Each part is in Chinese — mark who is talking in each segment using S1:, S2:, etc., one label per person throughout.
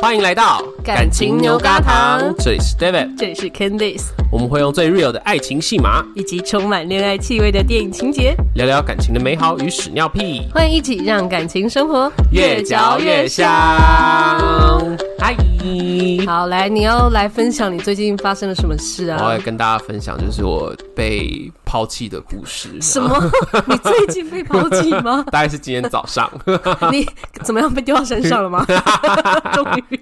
S1: 欢迎来到
S2: 感情牛轧糖
S1: 这里是 David，
S2: 这里是 Candice，
S1: 我们会用最 real 的爱情戏码
S2: 以及充满恋爱气味的电影情节，
S1: 聊聊感情的美好与屎尿屁，
S2: 欢迎一起让感情生活。
S1: 嗨，
S2: 好，来，你要来分享你最近发生了什么事
S1: 我要
S2: 啊？
S1: 跟大家分享就是我被抛弃的故事。？
S2: 什么？你最近被抛弃吗
S1: 大概是今天早上，
S2: 你怎么样被丢到山上 了吗？终于，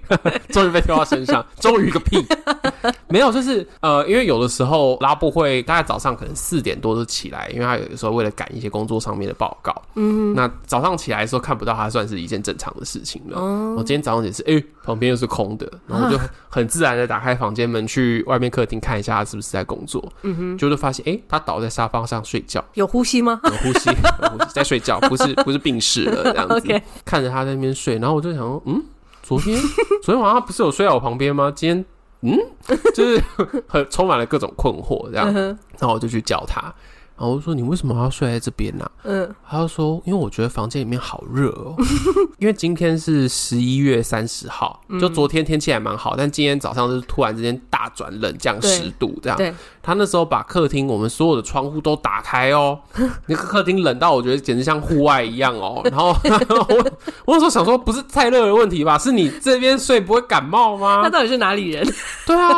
S1: 终于被丢到身上，终于个屁！ 没有，就是呃，因为有的时候拉布会大概早上可能四点多就起来，因为他有的时候为了赶一些工作上面的报告，嗯，那早上起来的时候看不到他，算是一件正常的事情了。我今天早上也是，哎、旁边又是空的，然 后就很自然的打开房间门去外面客厅看一下他是不是在工作，嗯哼，就就发现，哎、他倒在沙发上睡觉，
S2: 有呼吸吗？
S1: 有呼 吸，有呼吸，在睡觉，不是不是病逝了这样子
S2: OK。
S1: 看着他在那边睡，然后我就想说，嗯，昨天 昨天晚上他不是有睡在我旁边吗？今天。嗯， 就是很充满了各种困惑，这
S2: 嗯
S1: 样，然后我就去叫他，然后我就说你为什么要睡在这边呢、啊
S2: 嗯，
S1: 他就说，因为我觉得房间里面好热哦， 因为今天是十一月三十号，
S2: 嗯
S1: 就昨天天气还蛮好，但今天早上就是突然之间大转冷，降
S2: 对
S1: 十度这样。
S2: 对，
S1: 他那时候把客厅我们所有的窗户都打开 哦，那个客厅冷到我觉得简直像户外一样哦。然后我 我那时候想说，不是太热的问题吧？是你这边睡不会感冒
S2: 他
S1: 吗？
S2: 到底是哪里 人？
S1: 对啊。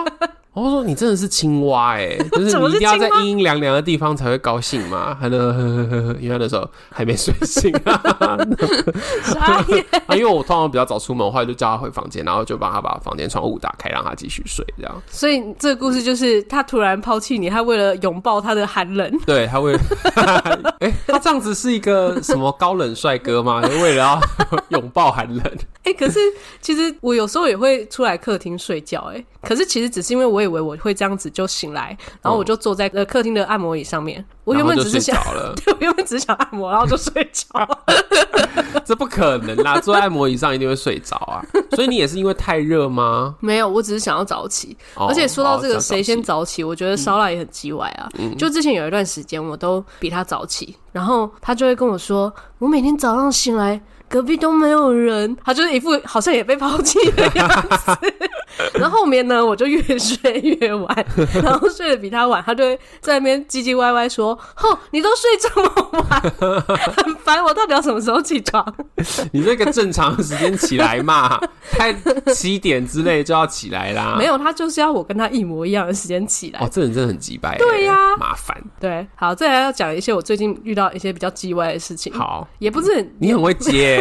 S1: 我说你真的是青蛙 哎、就是
S2: 怎
S1: 你
S2: 么
S1: 一
S2: 是
S1: 定要在
S2: 青蛙
S1: 阴阴凉凉的地方才会高兴嘛。呵呵呵呵 呵，因为那时候还没睡醒、
S2: 傻眼。
S1: 啊，因为我通常比较早出门，我后来就叫他回房间，然后就帮他把房间窗户打开，让他继续睡这样。
S2: 所以这个故事就是他突然抛弃你，他为了拥抱他的寒冷，
S1: 对，他会， 哎、他这样子是一个什么高冷帅哥吗？为了要拥抱寒冷，
S2: 哎、可是其实我有时候也会出来客厅睡觉、哎，可是其实只是因为我以为我会这样子就醒来，然后我就坐在呃客厅的按摩椅上面，我
S1: 嗯然
S2: 原
S1: 后
S2: 本
S1: 就
S2: 只
S1: 睡
S2: 是想，
S1: 着了，
S2: 对，我原本只是想按摩，然后就睡着。
S1: 这不可能啦！坐在按摩椅上一定会睡着啊，所以你也是因为太热吗？
S2: 没有，我只是想要早起。
S1: 哦
S2: 而且说到
S1: 好
S2: 这个
S1: 早嗯
S2: 谁先早起，我觉得烧腊也很叽歪啊。就之前有一段时间，我都比他早起，然后他就会跟我说，我每天早上醒来。隔壁都没 有人，他就是一副好像也被抛弃的样子。然后后面呢，我就越睡越晚， 然后睡得比他晚，他就会在那边唧唧歪歪说：“哼，你都睡这么 晚，很烦，我到底要什么时候起床
S1: 你这个正常的时间起来嘛， 太七点之类就要起来？”啦。
S2: 没有，他就是要我跟他一模一样的时间起来
S1: 哦，。这人真的很急白、
S2: 对呀
S1: 麻烦。
S2: 对，好，再来要讲一些我最近遇到一些比较叽歪的事情。，
S1: 好，
S2: 也不是 很，
S1: 你很会接、欸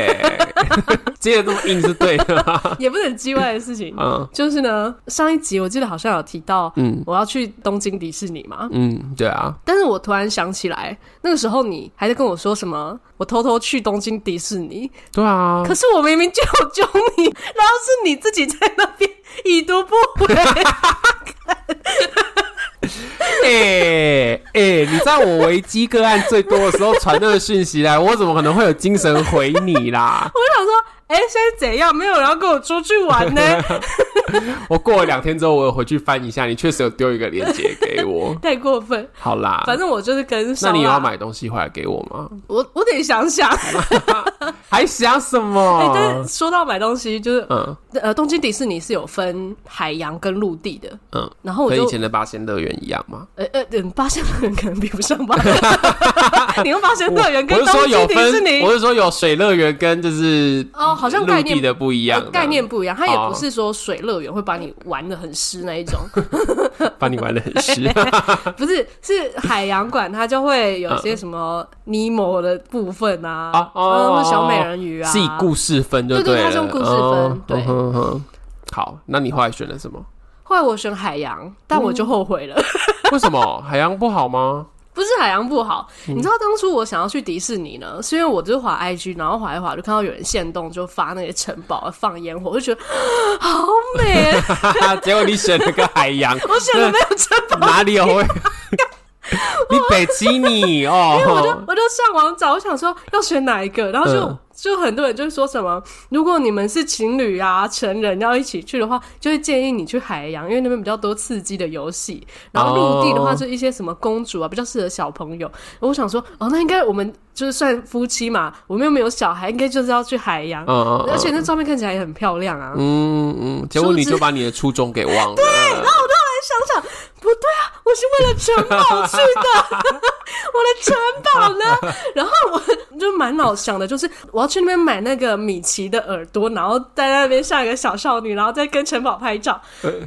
S1: 接的这么硬是对的吗。
S2: 也不是很叽歪的事情。
S1: 嗯
S2: 就是呢，上一集我记得好像有提到，
S1: 嗯
S2: 我要去东京迪士尼嘛。
S1: 嗯，对啊，
S2: 但是我突然想起来，那个时候你还在跟我说什么，我偷偷去东京迪士尼，
S1: 对啊。
S2: 可是我明明就有救你，然后是你自己在那边已读不 回。
S1: 哎哎、你在我危机个案最多的时候传那个讯息来，我怎么可能会有精神回你 啦？
S2: 我想说，哎、现在怎样？没有人要跟我出去玩 呢？
S1: 我过了两天之后，我有回去翻一下，你确实有丢一个链接给我。
S2: 太过分。
S1: 好啦，
S2: 反正我就是跟
S1: 那
S2: 上。
S1: 你有要？买东西回来给我吗？
S2: 我我得想想。
S1: 还想什
S2: 哎、
S1: 么？
S2: 但是说到买东西，就是
S1: 啊嗯
S2: 呃，东京迪士尼是有分海洋跟陆地的，
S1: 嗯，
S2: 然后我
S1: 跟以
S2: 就
S1: 前的八仙乐园一样吗？
S2: 呃呃，嗯，八仙乐园可能比 不上吧。你用八仙乐园
S1: 我
S2: 跟
S1: 是说
S2: 东
S1: 有
S2: 京迪士
S1: 分，
S2: 尼
S1: 我是说有水乐园跟就是
S2: 哦，好像概
S1: 陆地
S2: 念。
S1: 的不一
S2: 呃
S1: 样，
S2: 概念不一样，它也
S1: 哦
S2: 不是说水乐园会把你玩的很湿那 一种，
S1: 把你玩的很 湿。
S2: 啊不是，是海洋馆它就会有一些什么尼莫的部分啊，
S1: 嗯哦哦
S2: 嗯小美人鱼啊，
S1: 是以故事分就
S2: 对对
S1: 了，
S2: 它是用故事分
S1: 哦
S2: 对
S1: 嗯哼哼好，那你后来选了什么？
S2: 后来我选海洋，但我就后悔了，
S1: 为什么海洋不好吗？
S2: 不是海洋不好，
S1: 嗯
S2: 你知道当初我想要去迪士尼呢，是因为我就是滑 IG，然后滑一滑就看到有人现动就发那些城堡放烟火，我就觉得啊好美，
S1: 结果你选了个海洋，
S2: 我选的没有城堡。
S1: 哪里有 会？你北基你
S2: 因为我就
S1: 哦，
S2: 我就上网找，我想说要选哪一个，然后就
S1: 嗯
S2: 就很多人就说什么，如果你们是情侣啊、成人要一起去的话，就会建议你去海洋，因为那边比较多刺激的游戏。然后陆地的话，
S1: 哦
S2: 就一些什么公主啊，比较适合小朋友。我想说，哦，那应该我们就是算夫妻嘛，我们又没有小孩，应该就是要去海洋。
S1: 嗯嗯
S2: 而且那照片看起来也很漂亮啊！
S1: 嗯嗯，结果你
S2: 殊不知
S1: 就把你的初衷给忘了。
S2: 啊
S1: 对，
S2: 想想不对啊，我是为了城堡去的， 我的城堡呢？ 然后我就满脑想的就是我要去那边买那个米奇的耳朵，然后在那边像一个小少女，然后再跟城堡拍照。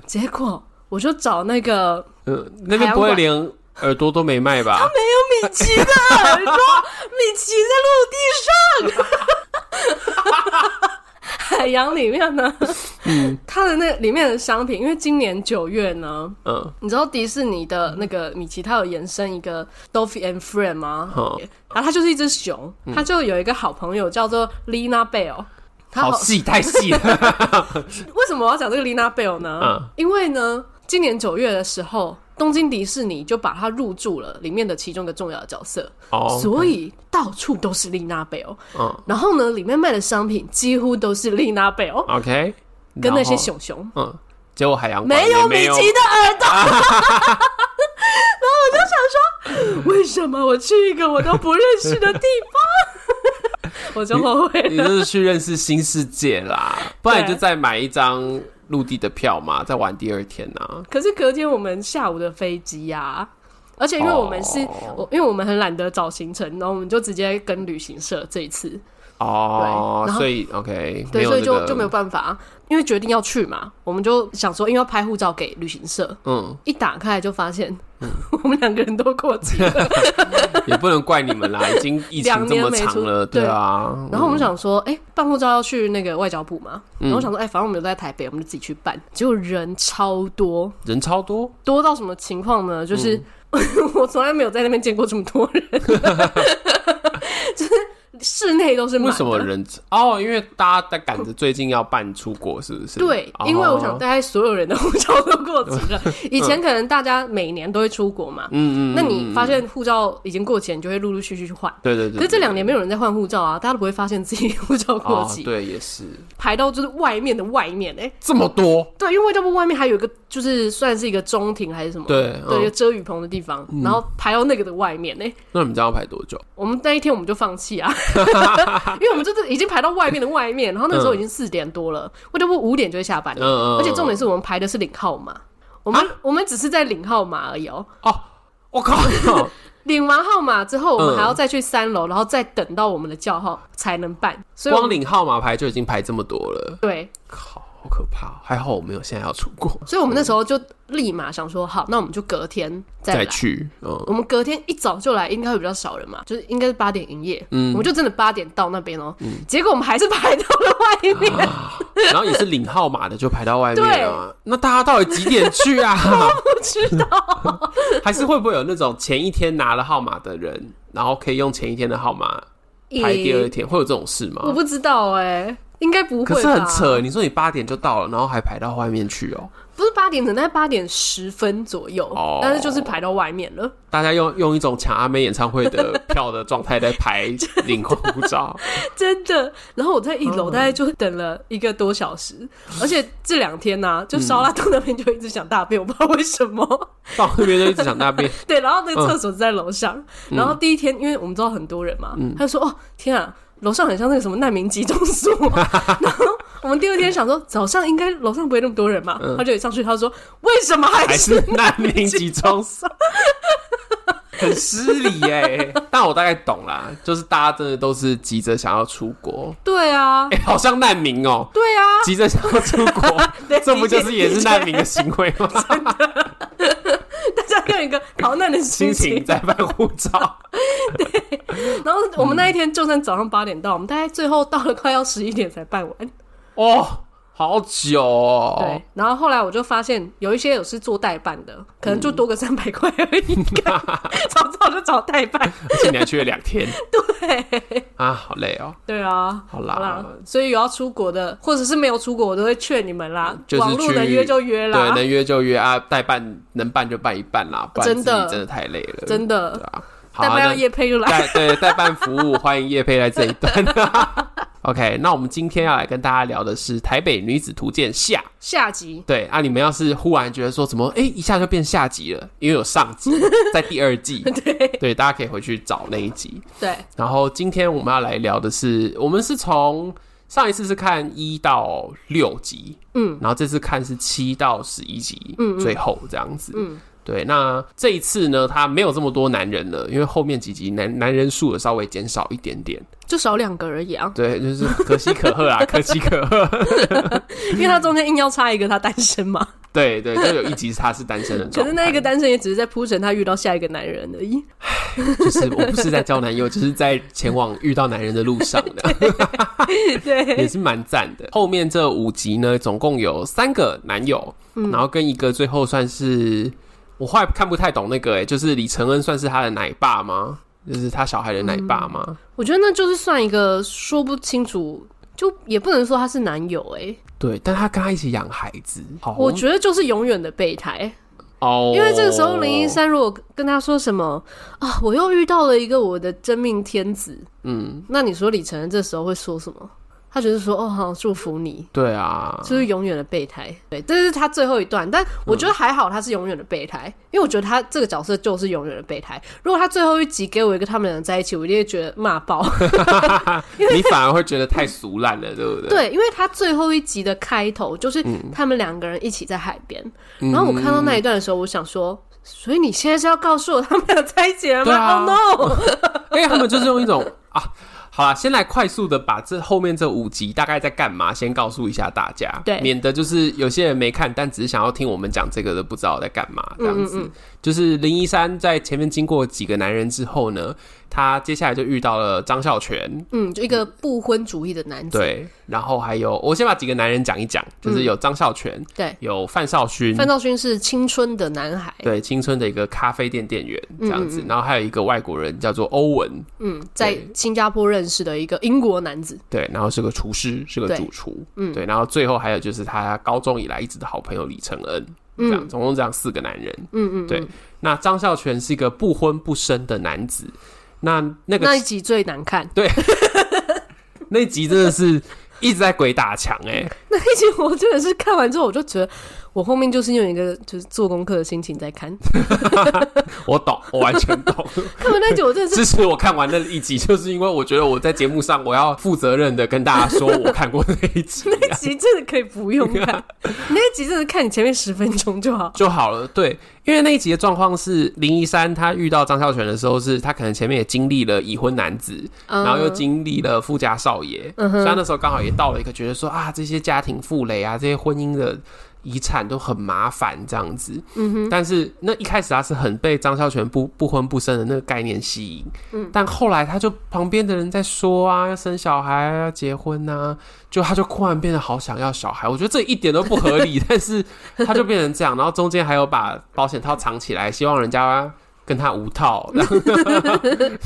S2: 结果我就找那个啊
S1: 嗯，那边不会连耳朵都没卖吧？
S2: 没有米奇的耳朵，米奇在陆地上。 海洋里面呢，嗯，它的那里面的商品，因为今年九月呢，
S1: 嗯，
S2: 你知道迪士尼的那个米奇，它有延伸一个 Dolphy and Friend 吗？
S1: 好
S2: 然后它就是一只熊，它就有一个好朋友叫做 Lina Bell。它
S1: 好细，太细 了。
S2: 为什么我要讲这个 Lina Bell 呢？
S1: 嗯
S2: 因为呢，今年九月的时候，东京迪士尼就把它入驻了里面的其中一个重要的角色，
S1: 哦，
S2: 所以到处都是 Lina Bell。
S1: 嗯
S2: 然后呢，里面卖的商品几乎都是 Lina Bell
S1: ，OK，
S2: 跟那些
S1: 然后，
S2: 熊熊。
S1: 嗯，结果海洋馆
S2: 没
S1: 啊也
S2: 有米
S1: 没有啊
S2: 奇的耳朵。 然后我就想说，为什么我去一个我都不认识的地方， 我就后悔
S1: 你
S2: 了。
S1: 这是去认识新世界 啦，不然你就再买一张陆地的票嘛，再玩第二天啊呐、
S2: 可是隔天我们下午的飞机呀、而且因为我们是
S1: 哦
S2: 我，因为我们很懒得找行程，然后我们就直接跟旅行社这一次，
S1: 哦
S2: 对，然后
S1: 所以 OK，
S2: 对，
S1: 没有
S2: 所以就
S1: 这个
S2: 就没有办法，因为决定要去嘛，我们就想说，因为要拍护照给旅行社，
S1: 嗯，
S2: 一打开就发现 我们两个人都过期了
S1: 也不能怪你们 啦，已经疫情这么长了，
S2: 两年没出对
S1: 对啊，
S2: 然后我们想说，哎、办护照要去那个外交部嘛，
S1: 嗯
S2: 然后我想说，哎、反正我们留在台北，我们就自己去办。结果人超多，
S1: 人超多，
S2: 多到什么情况呢？就是、
S1: 嗯
S2: 我从来没有在那边见过这么多人， 就是室内都是满
S1: 为
S2: 的
S1: 什么？人哦？因为大家在赶着最近要办出国，是不是？
S2: 对，
S1: 哦
S2: 因为我想大概所有人的护照都过期 了。以前可能大家每年都会出国嘛，
S1: 嗯嗯嗯，
S2: 那你发现护照已经过期，你就会陆陆续续去换。
S1: 对对对，
S2: 可是这两
S1: 对
S2: 年没有人在换护照啊，大家都不会发现自己护照过
S1: 哦
S2: 期，，
S1: 对，也是
S2: 排到就是外面的外面哎、
S1: 这么多，
S2: 对，因为外交部外面还有一个，就是算是一个中庭还是什么，
S1: 对
S2: 对，一个
S1: 嗯，
S2: 遮雨棚的地方，然后排到那个的外面呢、
S1: 那你们这样要排多久？
S2: 我们那一天我们就放弃 啊，因为我们就是已经排到外面的外面，然后那时候已经四点多了，外交部五点就会下班
S1: 嗯
S2: 了，
S1: 嗯，啊
S2: 而且重点
S1: 是
S2: 是我们排的是领号码，我们、我们只是在领号码而已哦、
S1: 哦，我靠，
S2: 领完号码之后，我们
S1: 嗯
S2: 还要再去三楼，然后再等到我们的叫号才能办，所以我
S1: 光
S2: 们
S1: 领号码牌就已经排这么多了。
S2: 对，
S1: 靠，好可怕哦！还好我没有现在要出国
S2: 所以我们那时候就立马想说，好，那我们就隔天再来
S1: 再。去，嗯
S2: 我们隔天一早就来，应该会比较少人嘛，就是应该是八点营业，
S1: 嗯
S2: 我们就真的八点到那边哦、结果我们还是排到了外 面，
S1: 然后也是领号码的就排到外面啊。那大家到底几点去 啊？
S2: 不知道，
S1: 还是会不会有那种前一天拿了号码的人，然后可以用前一天的号码排第二
S2: 咦
S1: 天，会有这种事吗
S2: 我？不知道哎、应该不会吧，
S1: 可是很扯，你说你八点就到了，然后还排到外面去哦。
S2: 不是八点整，大概八点十分左右，
S1: 哦
S2: 但是就是排到外面了，
S1: 大家用用一种抢阿妹演唱会的票的状态在排领护 照，
S2: 真的。然后我在一楼大概就等了一个多小时，而且这两天呢、
S1: 嗯
S2: 就烧腊洞那边就一直想大便，我不知道为什么。
S1: 到那边就一直想大 便。
S2: 对，然后那个厕所是在楼上，然后第一天，因为我们知道很多人嘛，他就说：“哦，天啊，楼上很像那个什么难民集中所。”然后我们第二天想说，早上应该楼上不会那么多人嘛，他就一上去，他说：“为什么还
S1: 还
S2: 是
S1: 是难民集中所， 很失礼耶、但我大概懂啦，就是大家真的都是急着想要出国，
S2: 对啊
S1: 哎、，好像难民哦、
S2: 对啊，
S1: 急着想要出国
S2: 对，
S1: 这不就是也是难民的行为 吗？
S2: 大家用一个逃难的
S1: 心
S2: 心
S1: 情
S2: 情。
S1: 在办护 照，
S2: 然后我们那一天就算早上八点到，我们大概最后到了快要十一点才办完。
S1: 哦，好久哦、
S2: 对，然后后来我就发现有一些有是做代办的，可能就多个三百块而已， 早早就找代办。
S1: 而且你还去了两 天
S2: 对。
S1: 啊，好累哦、
S2: 对啊，
S1: 好啦
S2: 所以有要出国的，或者是没有出国，我都会劝你们啦。
S1: 嗯就是
S2: 网络
S1: 去
S2: 能约就
S1: 对，
S2: 约啦，
S1: 能约就约啊，代办能办就办一办啦，不然
S2: 真的
S1: 自己真的太累了，
S2: 真
S1: 对
S2: 的。
S1: 啊。好
S2: 但
S1: 啊，
S2: 凡要
S1: 那
S2: 夜配就 来，
S1: 代对代办服务，欢迎叶佩来这一段。 OK，那我们今天要来跟大家聊的是《台北女子图鉴》下。
S2: 下集
S1: 对啊，你们要是忽然觉得说怎么哎、诶一下就变下集了，因为有上集在第二 季，对对，大家可以回去找那一集。
S2: 对
S1: 然后今天我们要来聊的是，我们是从上一次是看一到六集，
S2: 嗯，
S1: 然后这次看是七到十一集，嗯，最后这样子，嗯。对，那这一次呢，他没有这么多男人了，因为后面几集男男人数有稍微减少一点点。
S2: 就少两个而已啊，
S1: 对，就是可喜可贺 啊，可喜可贺。
S2: 因为他中间硬要插一个他单身嘛，
S1: 对对，就有一集是他是单身的
S2: 可
S1: 状态。
S2: 是那一个单身也只是在铺陈他遇到下一个男人 而已。
S1: 就是我不是在交男友，就是在前往遇到男人的路上的，
S2: 对
S1: 也是蛮赞的。后面这五集呢，总共有三个男友，
S2: 嗯
S1: 然后跟一个最后算是我后来看不太懂那个、欸，就是李承恩算是他的奶爸吗？就是他小孩的奶爸吗？
S2: 我觉得那就是算一个说不清楚，就也不能说他是男友哎、
S1: 对，但他跟他一起养孩子，好，
S2: 我觉得就是永远的备胎，
S1: 哦，
S2: 因为这个时候林一，山如果跟他说什么啊，我又遇到了一个我的真命天子，
S1: 嗯，
S2: 那你说李承恩这时候会说什么？他只是说哦好，祝福你。
S1: 对啊，
S2: 就是永远的备胎，对，这是他最后一段，但我觉得还好，他是永远的备胎，因为我觉得他这个角色就是永远的备胎。如果他最后一集给我一个他们两个在一起，我一定会觉得骂爆。
S1: 你反而会觉得太俗烂了，对不对？嗯
S2: 对，因为他最后一集的开头就是他们两个人一起在海边，然后我看到那一段的时候，我想说，所以你现在是要告诉我他们俩在一起了吗、
S1: 对啊
S2: o h no！
S1: 因为他们就是用一种啊，好啦，先来快速的把这后面这五集大概在干嘛，先告诉一下大家，
S2: 对
S1: 免得就是有些人没看，但只是想要听我们讲这个的，不知道在干嘛这样子。
S2: 嗯嗯
S1: 就是林一山在前面经过几个男人之后呢，他接下来就遇到了张孝全。
S2: 嗯，就一个不婚主义的男子，
S1: 对，然后还有，我先把几个男人讲一讲，就是有张孝全，
S2: 对，
S1: 有范少勋，
S2: 嗯范兆勋是青春的男孩，
S1: 对，青春的一个咖啡店店员这样子，然后还有一个外国人叫做欧文，
S2: 嗯，在新加坡认识的一个英国男子，
S1: 对，然后是个厨师，是个
S2: 对
S1: 主厨，嗯，对，然后最后还有就是他高中以来一直的好朋友李承恩，这样，总共这样四个男人，嗯嗯，对。那张孝全是一个不婚不生的男子，那那个
S2: 那一集最难 看，
S1: 那集真的是一直在鬼打墙哎、
S2: 那一集我真的是看完之后，我就觉得我后面就是用一个就是做功课的心情在 看，
S1: 我懂，我完全 懂。
S2: 看完那一集我真的是
S1: 支持我看完那一集，就是因为我觉得我在节目上我要负责任的跟大家说我看过那一 集、啊，
S2: 那一集真的可以不 用看，那一集真的看你前面十分钟就好。
S1: 就好了。对，因为那一集的状况是林一山他遇到张孝全的时候是，他可能前面也经历了已婚男子，
S2: 嗯
S1: 然后又经历了富家少爷，所以他那时候刚好也到了一个觉得说啊，这些家庭负累啊，这些婚姻的。遗产都很麻烦这样子，嗯哼，但是那一开始他是很被张孝全不不婚不生的那个概念吸引，嗯，但后来他就旁边的人在说啊，要生小孩啊，要结婚啊，就他就忽然变得好想要小孩，我觉得这一点都不合理， 但是他就变成这样，然后中间还有把保险套藏起来，希望人家跟他无套，然后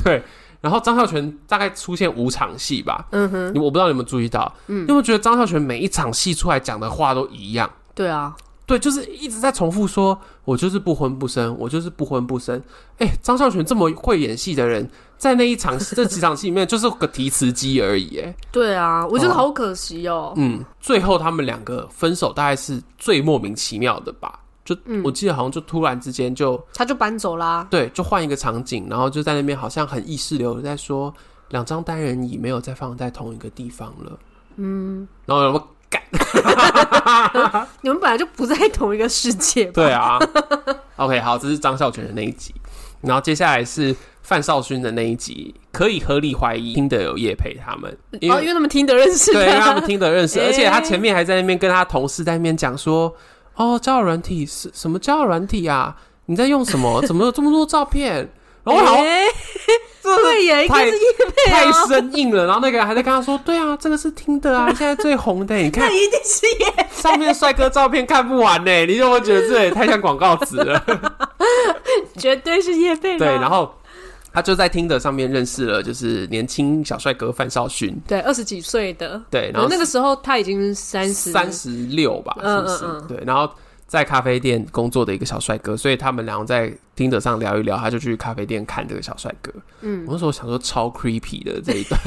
S1: 对。然后张孝全大概出现五场戏吧，嗯哼，我不知道你有没有注意到，嗯，有没有觉得张孝全每一场戏出来讲的话都一样？
S2: 对啊，
S1: 对，就是一直在重复说，我就是不婚不生，我就是不婚不生。哎、张孝全这么会演戏的人，在那一场 这几场戏里面，就是个提词机而已。哎，
S2: 对啊，我觉得好可惜哦、
S1: 嗯，最后他们两个分手，大概是最莫名其妙的吧？就、我记得好像就突然之间就
S2: 他就搬走啦。
S1: 对，就换一个场景，然后就在那边好像很意识流的在说，两张单人椅没有再放在同一个地方了。嗯，然后我
S2: 你们本来就不在同一个世界吧？
S1: 对啊，OK，好，这是张孝全的那一集，然后接下来是范少勋的那一集，可以合理怀疑听得有叶陪他们，因
S2: 哦，因
S1: 为、
S2: 为他们听得认识
S1: 对，因为他
S2: 的
S1: 们，听得认 识，
S2: 哎
S1: 而且他前面还在那边跟他同事在那边讲说，哦，交友软体是什么交友软体啊？你在用什么？怎么有这么多照片？然后我哦好，
S2: 哎
S1: 这是
S2: 对耶，应该
S1: 太
S2: 是叶配
S1: 太
S2: 哦，
S1: 生硬了。然后那个人还在跟他说，对啊，这个是听的啊，现在最红的，你 看
S2: 那一定是叶。
S1: 上面帅哥照片看不完 呢，你怎么觉得这也太像广告词了？
S2: 绝 对啊是叶贝啦。
S1: 对，然后他就在听的上面认识了，就是年轻小帅哥范少勋，
S2: 对二十几岁的，
S1: 对，然后
S2: 哦那个时候他已经三十，
S1: 三十六吧，是
S2: 嗯
S1: 不是？
S2: 嗯嗯
S1: 对，然后在咖啡店工作的一个小帅哥，所以他们两个在听的上聊一聊，他就去咖啡店看这个小帅哥。嗯，我那时候想说超 creepy 的这一段，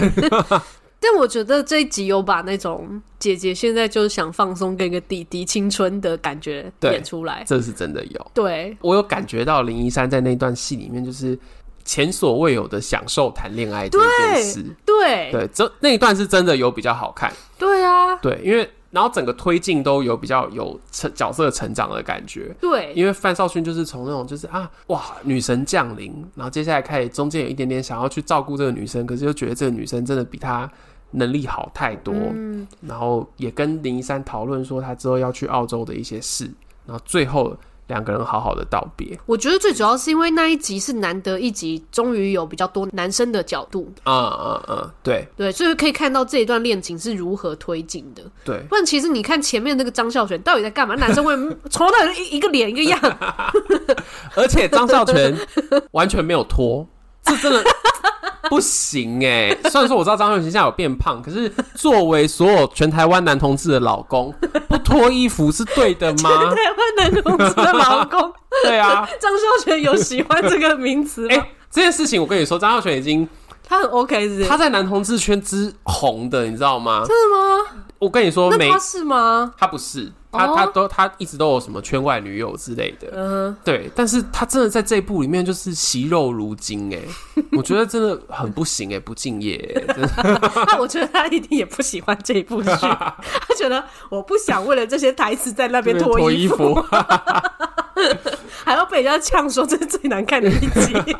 S2: 但我觉得这一集有把那种姐姐现在就是想放松跟一个弟弟青春的感觉
S1: 对
S2: 演出来。
S1: 这是真的有。
S2: 对，
S1: 我有感觉到林一山在那段戏里面就是前所未有的享受谈恋爱这件事。
S2: 对，
S1: 对，这那一段是真的有比较好看，
S2: 对啊，
S1: 对，因为然后整个推进都有比较有成角色成长的感觉。
S2: 对，
S1: 因为范少勋就是从那种就是啊哇女神降临，然后接下来开始中间有一点点想要去照顾这个女生，可是又觉得这个女生真的比他能力好太多，
S2: 嗯，
S1: 然后也跟林一山讨论说他之后要去澳洲的一些事，然后最后两个人好好的道别
S2: 我觉得最主要是因为那一集是难得一集，终于有比较多男生的角度，
S1: 啊啊啊，对
S2: 对，所以可以看到这一段恋情是如何推进的。
S1: 对，
S2: 不然其实你看前面那个张孝全到底在干嘛？男生会 从头到尾一一个脸一个样，
S1: 而且张孝全完全没有脱，这真 的不行哎、虽然说我知道张孝全现在有变胖，可是作为所有全台湾男同志的老公，不脱衣服是对的吗？
S2: 台湾男公司的老公
S1: 对啊，
S2: 张孝全有喜欢这个名词吗？
S1: 哎、这件事情我跟你说，张孝全已经
S2: 他很 OK 是不是？
S1: 他在男同志圈之红的，你知道吗？
S2: 真的吗？
S1: 我跟你说，
S2: 那
S1: 每
S2: 他是吗？
S1: 他不是他
S2: 哦
S1: 他都他一直都有什么圈外女友之类的，
S2: 嗯、
S1: 对，但是他真的在这一部里面就是惜肉如金哎、 我觉得真的很不行哎、不敬业、欸， 真的
S2: 那我觉得他一定也不喜欢这一部剧，他觉得我不想为了这些台词在那边脱
S1: 衣
S2: 服，
S1: 服，
S2: 还要被人家呛说这是最难看的一集。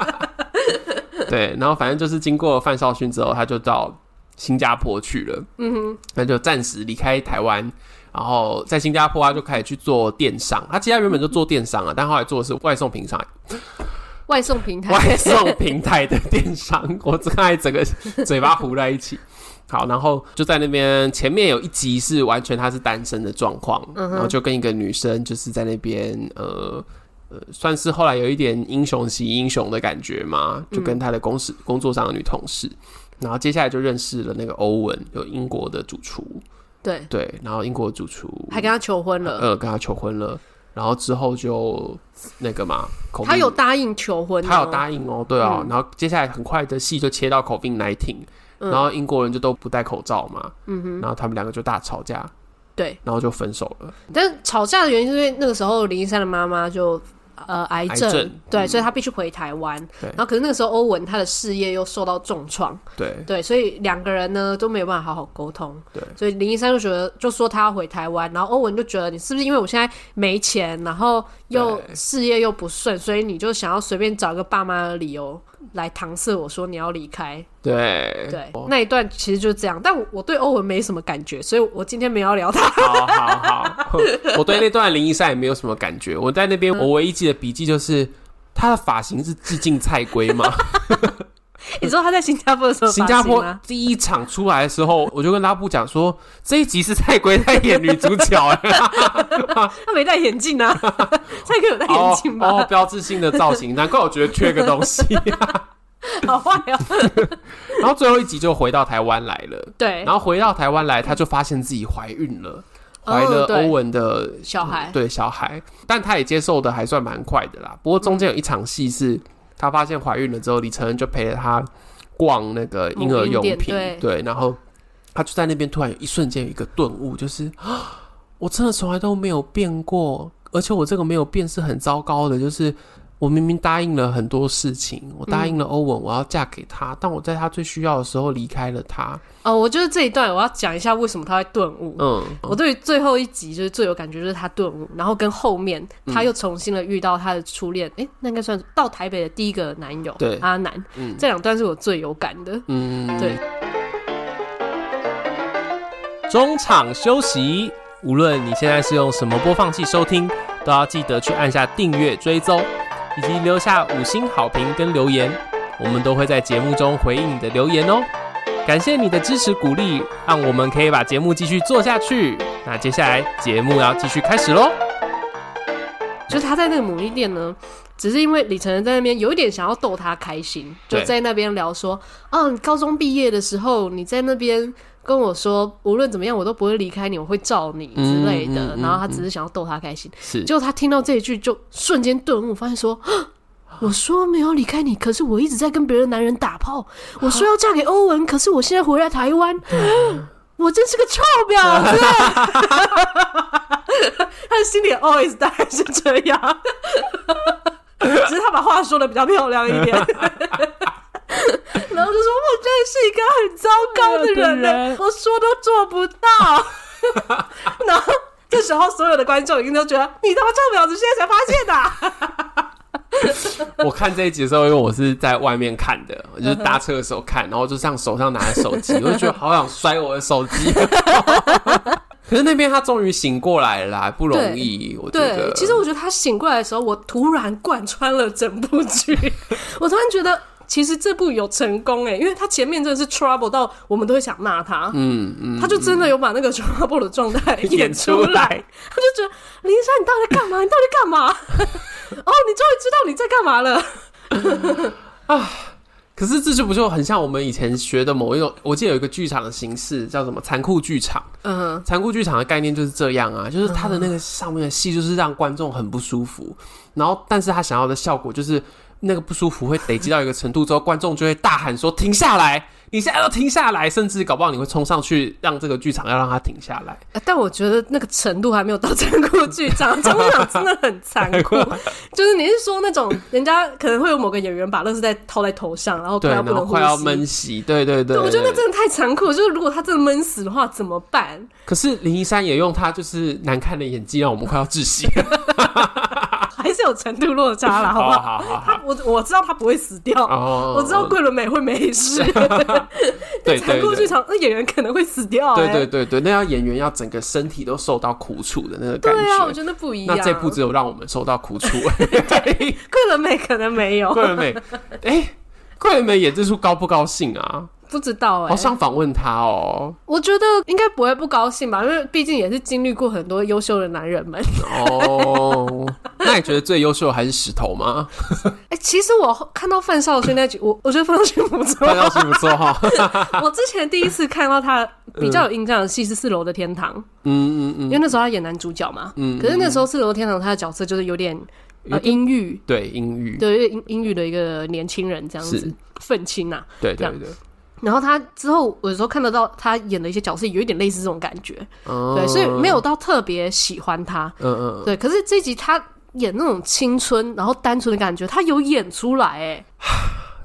S1: 对，然后反正就是经过范少勋之后，他就到新加坡去了，嗯哼，那就暂时离开台湾。然后在新加坡，他就开始去做电商。他其实他原本就做电商啊，但后来做的是外送平台，
S2: 外送平 台，
S1: 外送平台的电商，我刚才整 个嘴巴糊在一起。好，然后就在那边前面有一集是完全他是单身的状况，
S2: 嗯
S1: 然后就跟一个女生就是在那边呃呃，算是后来有一点英雄惜英雄的感觉
S2: 嗯
S1: 嘛，就跟他的公事工作上的女同事，然后接下来就认识了那个欧文，有英国的主厨，
S2: 对，
S1: 对，然后英国的主厨
S2: 还跟他求婚了，
S1: 呃跟他求婚了，然后之后就那个嘛，口
S2: 他
S1: 蜜
S2: 有答应求婚、
S1: 呃他有
S2: 应，
S1: 答应哦，对哦，然后接下来很快的戏就切到 COVID nineteen，、然后英国人就都不戴口罩嘛，嗯哼，然后他们两个就大吵架，
S2: 对，
S1: 然后就分手了，
S2: 但吵架的原因是因为那个时候林一山的妈妈就。呃，癌症
S1: 癌症嗯
S2: 对，所以他必须回台湾。
S1: 对
S2: 然后可是那个时候欧文他的事业又受到重创，
S1: 对
S2: 对，所以两个人呢都没有办法好好沟通。
S1: 对，
S2: 所以林一山就觉得，就说他要回台湾，然后欧文就觉得你是不是因为我现在没钱，然后又
S1: 对
S2: 事业又不顺，所以你就想要随便找一个爸妈的理由来搪塞我说你要离开。
S1: 对
S2: 对，
S1: 哦
S2: 那一段其实就是这样。但我我对欧文没什么感觉，所以我今天没有要聊 他。
S1: 哦好好好， 我对那段林一山也没有什么感觉，我在那边我唯一记的笔记就是。他的发型是致敬蔡圭 吗？
S2: 你知道他在新加坡的时候
S1: 新
S2: 发
S1: 加
S2: 型
S1: 坡
S2: 吗？
S1: 第一场出来的时候，我就跟拉布讲说，这一集是蔡圭在演女主角、 欸，
S2: 他没戴眼 镜啊，蔡哥有戴眼
S1: 哦
S2: 镜吧？
S1: 哦，标志性的造型，难怪我觉得缺个东西。
S2: 好坏哦。
S1: 然后最后一集就回到台湾来了，
S2: 对
S1: 然，后回到台湾来，她就发现自己怀孕了，
S2: 哦
S1: 怀了
S2: 对
S1: 欧文的
S2: 小孩
S1: 对小孩，但她也接受的还算蛮快的啦。不过中间有一场戏是她发现怀孕了之后，李承恩就陪着她逛那个婴儿用
S2: 母婴
S1: 品，
S2: 店
S1: 对，然后她就在那边突然有一瞬间有一个顿悟，就是啊我真的从来都没有变过，而且我这个没有变是很糟糕的，就是。我明明答应了很多事情，我答
S2: 嗯
S1: 应了欧文，我要嫁给他，但我在他最需要的时候离开了他。
S2: 哦，我觉得这一段我要讲一下为什么他会顿悟。
S1: 嗯，
S2: 我对于最后一集就是最有感觉，就是他顿悟，然后跟后面他又重新的遇到他的初恋，诶，那应该算是到台北的第一个男友，
S1: 对
S2: 阿南，
S1: 嗯
S2: 这两段是我最有感的。
S1: 嗯，
S2: 对，
S1: 中场休息。无论你现在是用什么播放器收听，都要记得去按下订阅追踪，以及留下五星好评跟留言，我们都会在节目中回应你的留言哦。感谢你的支持鼓励，让我们可以把节目继续做下去。那接下来节目要继续开始喽。
S2: 就是他在那个母婴店呢，只是因为李承恩在那边有一点想要逗他开心，就
S1: 对
S2: 在那边聊说，哦，你高中毕业的时候，你在那边跟我说，无论怎么样我都不会离开你，我会罩你之类
S1: 嗯
S2: 的，
S1: 嗯嗯
S2: 然后他只是想要逗他开心，
S1: 是
S2: 结果他听到这一句就瞬间顿悟，发现说。啊我说没有离开你，可是我一直在跟别的男人 打炮。我说要嫁给欧文，可是我现在回来台湾，
S1: 啊
S2: 我真是个臭婊子。他的心里 always 大概是这样， 只是他把话说的比较漂亮一 点。然后就说我真的是一个很糟糕的人
S1: 哎
S2: 呢
S1: 呀，
S2: 我说都做不到。 然后这时候所有的观众一定都觉得你他妈臭婊子，现在才发现啊的、
S1: 我看这一集的时候，因为我是在外面看的，我
S2: 嗯
S1: 就是搭车的时候看，然后就这样手上拿着手 机，我就觉得好想摔我的手机。 可是那边他终于醒过来了啦，不容易，我觉
S2: 对
S1: 得。，
S2: 其实我觉得他醒过来的时候，我突然贯穿了整部 剧，我突然觉得。其实这部有成功哎，因为他前面真的是 trouble 到我们都会想骂他，
S1: 嗯嗯，
S2: 他就真的有把那个 trouble 的状态演
S1: 演
S2: 出
S1: 出
S2: 来
S1: 来，
S2: 他就觉得林珊你到底在干嘛？你到底干嘛？ 哦，你终于知道你在干嘛了。
S1: 可是这就不就很像我们以前学的某一种，我记得有一个剧场的形式叫什么残酷剧场。
S2: 嗯，
S1: 残酷剧场的概念就是这样啊，就是它的那个上面的戏就是让观众很不舒服，然后但是他想要的效果就是那个不舒服会累积到一个程度之后，观众就会大喊说停下来，你现在要停下来，甚至搞不好你会冲上去让这个剧场要让它停下来。
S2: 呃但我觉得那个程度还没有到残酷剧场， 残酷剧场真的很残酷。 就是你是说那种人家可能会有某个演员把乐事袋套在头上，然后
S1: 对，
S2: 快要
S1: 然
S2: 不
S1: 后
S2: 能呼
S1: 快要
S2: 吸，
S1: 闷死，对对对
S2: 对，我觉得那
S1: 对
S2: 真的太残酷了。就是如果他真的闷死的话，怎么办？
S1: 可是林一山也用他就是难看的演技让我们快要窒息了。
S2: 还是有程度落差 啦，好不
S1: 好
S2: 好？
S1: 好好好
S2: 他我我知道他不会死掉，
S1: 哦
S2: 我知道桂纶镁会 没事。
S1: 对对
S2: 残酷
S1: 对
S2: 剧场那演员可能会死掉、
S1: 对
S2: 哎
S1: 对对对，那要演员要整个身体都受到苦楚的那个感
S2: 对啊，我
S1: 觉。
S2: 觉得不一样。
S1: 那这部只有让我们受到苦楚 而已。
S2: 桂纶镁可能没有，
S1: 桂纶镁，哎、桂纶镁演这出高不高兴啊？
S2: 不知道哎、
S1: 好想访问他哦。
S2: 我觉得应该不会不高兴吧，因为毕竟也是经历过很多优秀的男人们。
S1: 哦，那你觉得最优秀的还是石头吗？
S2: 哎、其实我看到范少勋那集，我我觉得范少勋不 错
S1: 范。少勋不错哈。
S2: 我之前第一次看到他比较有印象的戏是《四楼的天堂》，
S1: 嗯嗯嗯，
S2: 因为那时候他演男主角嘛。
S1: 嗯
S2: 可是那时候《四楼的天堂》他的角色就是有点
S1: 有
S2: 呃阴郁，
S1: 对英语，
S2: 对，有点阴阴郁的一个年轻人这样子
S1: 是，
S2: 愤青啊呐、
S1: 对
S2: 这
S1: 对
S2: 样
S1: 对。
S2: 然后他之后有时候看得到他演的一些角色，有一点类似这种感觉，
S1: 哦
S2: 对，所以没有到特别喜欢他。
S1: 嗯嗯，
S2: 对，可是这集他演那种青春然后单纯的感觉，他有演出来哎，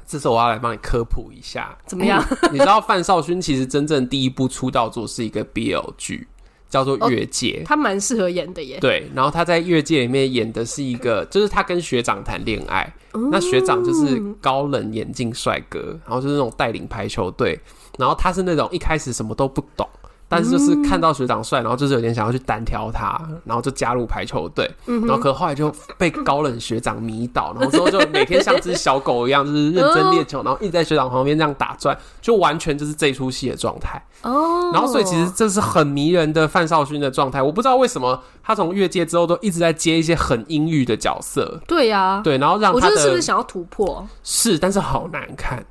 S1: 这时候我要来帮你科普一下，
S2: 怎么样？
S1: 你知道范少勋其实真正第一部出道作是一个 BL 剧，叫做《越界》。
S2: 他蛮适合演的耶。
S1: 对，然后他在越界里面演的是一个，就是他跟学长谈恋爱，那学长就是高冷眼镜帅哥，然后就是那种带领排球队，然后他是那种一开始什么都不懂。但是就是看到学长帅，然后就是有点想要去单挑他，然后就加入排球队，然后可后来就被高冷学长迷倒，然后之后就每天像只小狗一样，就是认真练球，然后一直在学长旁边这样打转，就完全就是这出戏的状态。
S2: 哦
S1: 然后，所以其实这是很迷人的范少勋的状态。我不知道为什么他从越界之后都一直在接一些很阴郁的角色，
S2: 对呀、
S1: 对，然后让
S2: 啊我
S1: 他
S2: 觉得
S1: 的
S2: 是不是想要突破？
S1: 是但是好难看，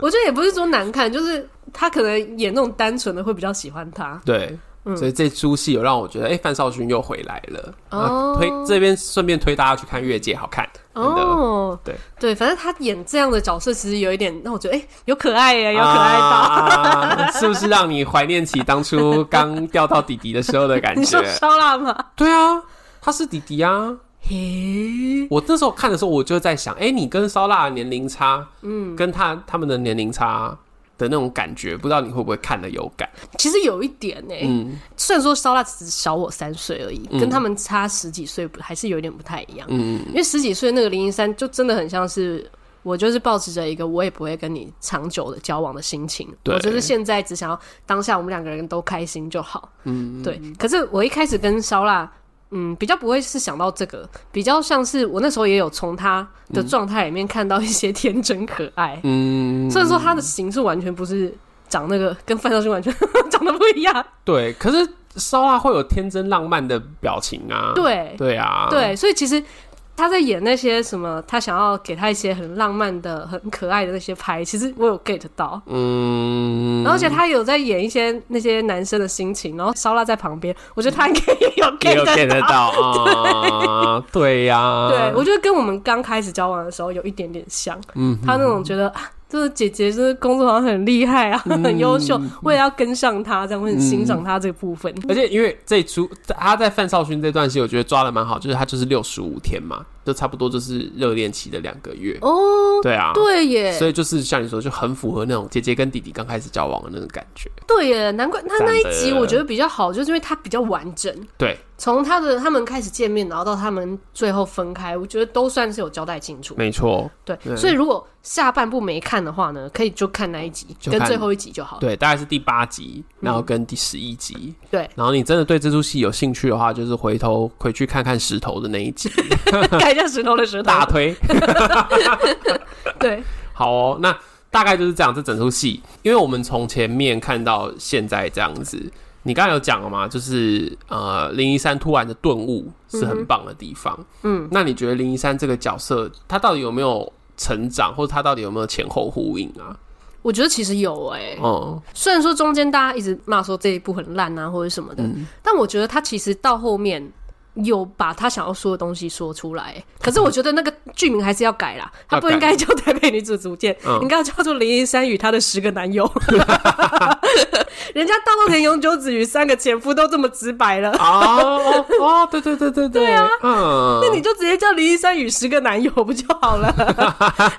S2: 我觉得也不是说难看，就是他可能演那种单纯的会比较喜欢他。
S1: 对，
S2: 嗯
S1: 所以这出戏有让我觉得，哎、范少勋又回来了。
S2: 哦
S1: 啊推这边顺便推大家去看越界，好看，真的。
S2: 哦，
S1: 对
S2: 对，反正他演这样的角色，其实有一点让我觉得，哎、有可爱耶，有可爱到。
S1: 啊， 是不是让你怀念起当初刚钓到弟弟的时候的感
S2: 你
S1: 觉
S2: 说？烧腊吗？
S1: 对啊，他是弟弟啊。
S2: 嘿，
S1: 我那时候看的时候，我就在想，哎、你跟烧腊的年龄差，嗯，跟他他们的年龄差的那种感觉，不知道你会不会看的有感？
S2: 其实有一点呢、
S1: 嗯
S2: 虽然说烧腊只小我三岁而已，
S1: 嗯
S2: 跟他们差十几岁不还是有点不太一样。
S1: 嗯，
S2: 因为十几岁那个林一山就真的很像是我，就是保持着一个我也不会跟你长久的交往的心情，
S1: 对
S2: 我就是现在只想要当下我们两个人都开心就好。嗯，对。可是我一开始跟烧腊。嗯，比较不会是想到这个，比较像是我那时候也有从他的状态里面看到一些天真可爱。
S1: 嗯，
S2: 虽然说他的形是完全不是长那个，跟范少勋完全 长得不一样。
S1: 对。可是烧腊会有天真浪漫的表情啊，
S2: 对
S1: 对啊，
S2: 对，所以其实他在演那些什么，他想要给他一些很浪漫的、很可爱的那些拍，其实我有 get 到，
S1: 嗯，
S2: 然后而且他有在演一些那些男生的心情，然后烧腊在旁边，我觉得他应该 也有
S1: 也有
S2: get
S1: get 得
S2: 到。
S1: 到啊，对呀，
S2: 对，我觉得跟我们刚开始交往的时候有一点点像，嗯，他那种觉得啊，就是姐姐就是工作好像很厉害啊，很优秀，我也要跟上她，这样我很欣赏她这个部分。
S1: 而且因为这一出他在范少勋这段戏，我觉得抓的蛮好，就是他就是六十五天嘛，就差不多就是热恋期的两个月。
S2: 哦，
S1: 对啊，
S2: 对耶
S1: 所，以就是像你说，就很符合那种姐姐跟弟弟刚开始交往的那种感觉。
S2: 对耶，难怪他
S1: 真的
S2: 那一集我觉得比较好，就是因为他比较完整。
S1: 对，
S2: 从他的他们开始见面，然后到他们最后分开，我觉得都算是有交代清楚。
S1: 没错，
S2: 对，
S1: 对
S2: 所以如果下半部没看的话呢，可以就看那一集
S1: 就
S2: 跟
S1: 看
S2: 最后一集 就 好。
S1: 对，大概是第八集，然后跟第十一集。
S2: 嗯对，
S1: 然后你真的对这出戏有兴趣的话，就是回头回去看看石头的那一 集，
S2: 看一下石头的石头。
S1: 大推。
S2: 对，
S1: 好哦，那大概就是这样，这整出戏，因为我们从前面看到现在这样子，你刚才有讲了嘛，就是呃，林一山突然的顿悟是很棒的地方。
S2: 嗯，
S1: 那你觉得林一山这个角色，他到底有没有成长，或者他到底有没有前后呼应啊？
S2: 我觉得其实有哎、
S1: 哦、
S2: 虽然说中间大家一直骂说这一部很烂啊或者什么的，
S1: 嗯
S2: 但我觉得他其实到后面。有把他想要说的东西说出来，欸可是我觉得那个剧名还是要改啦，他不应该叫《台北女子图鉴》，
S1: 嗯
S2: 应该要叫做《林一山与她的十个男友》。 人家大稻田永久子与三个前夫都这么直白了，
S1: 哦哦哦，对对对对对，啊，嗯，
S2: 那你就直接叫林一山与十个男友不就好了？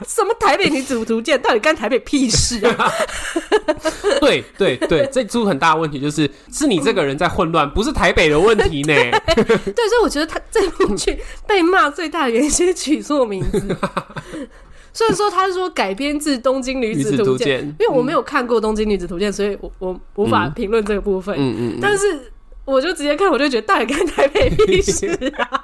S2: 什么台北女子图鉴，到底干台北屁事啊？
S1: 对对 对，这出很大的问题就是，是你这个人在混乱，不是台北的问题 呢。
S2: 对，所以我觉得他这部剧被骂最大的原因是取错名 字。虽然说他说改编自《东京女
S1: 女
S2: 子
S1: 子
S2: 图
S1: 图
S2: 鉴》，
S1: 鉴，
S2: 因为我没有看过《东京女子图鉴》，所以我我无法
S1: 嗯
S2: 评论这个部分。
S1: 嗯嗯嗯，
S2: 但是我就直接看，我就觉得到底干 台北屁事啊！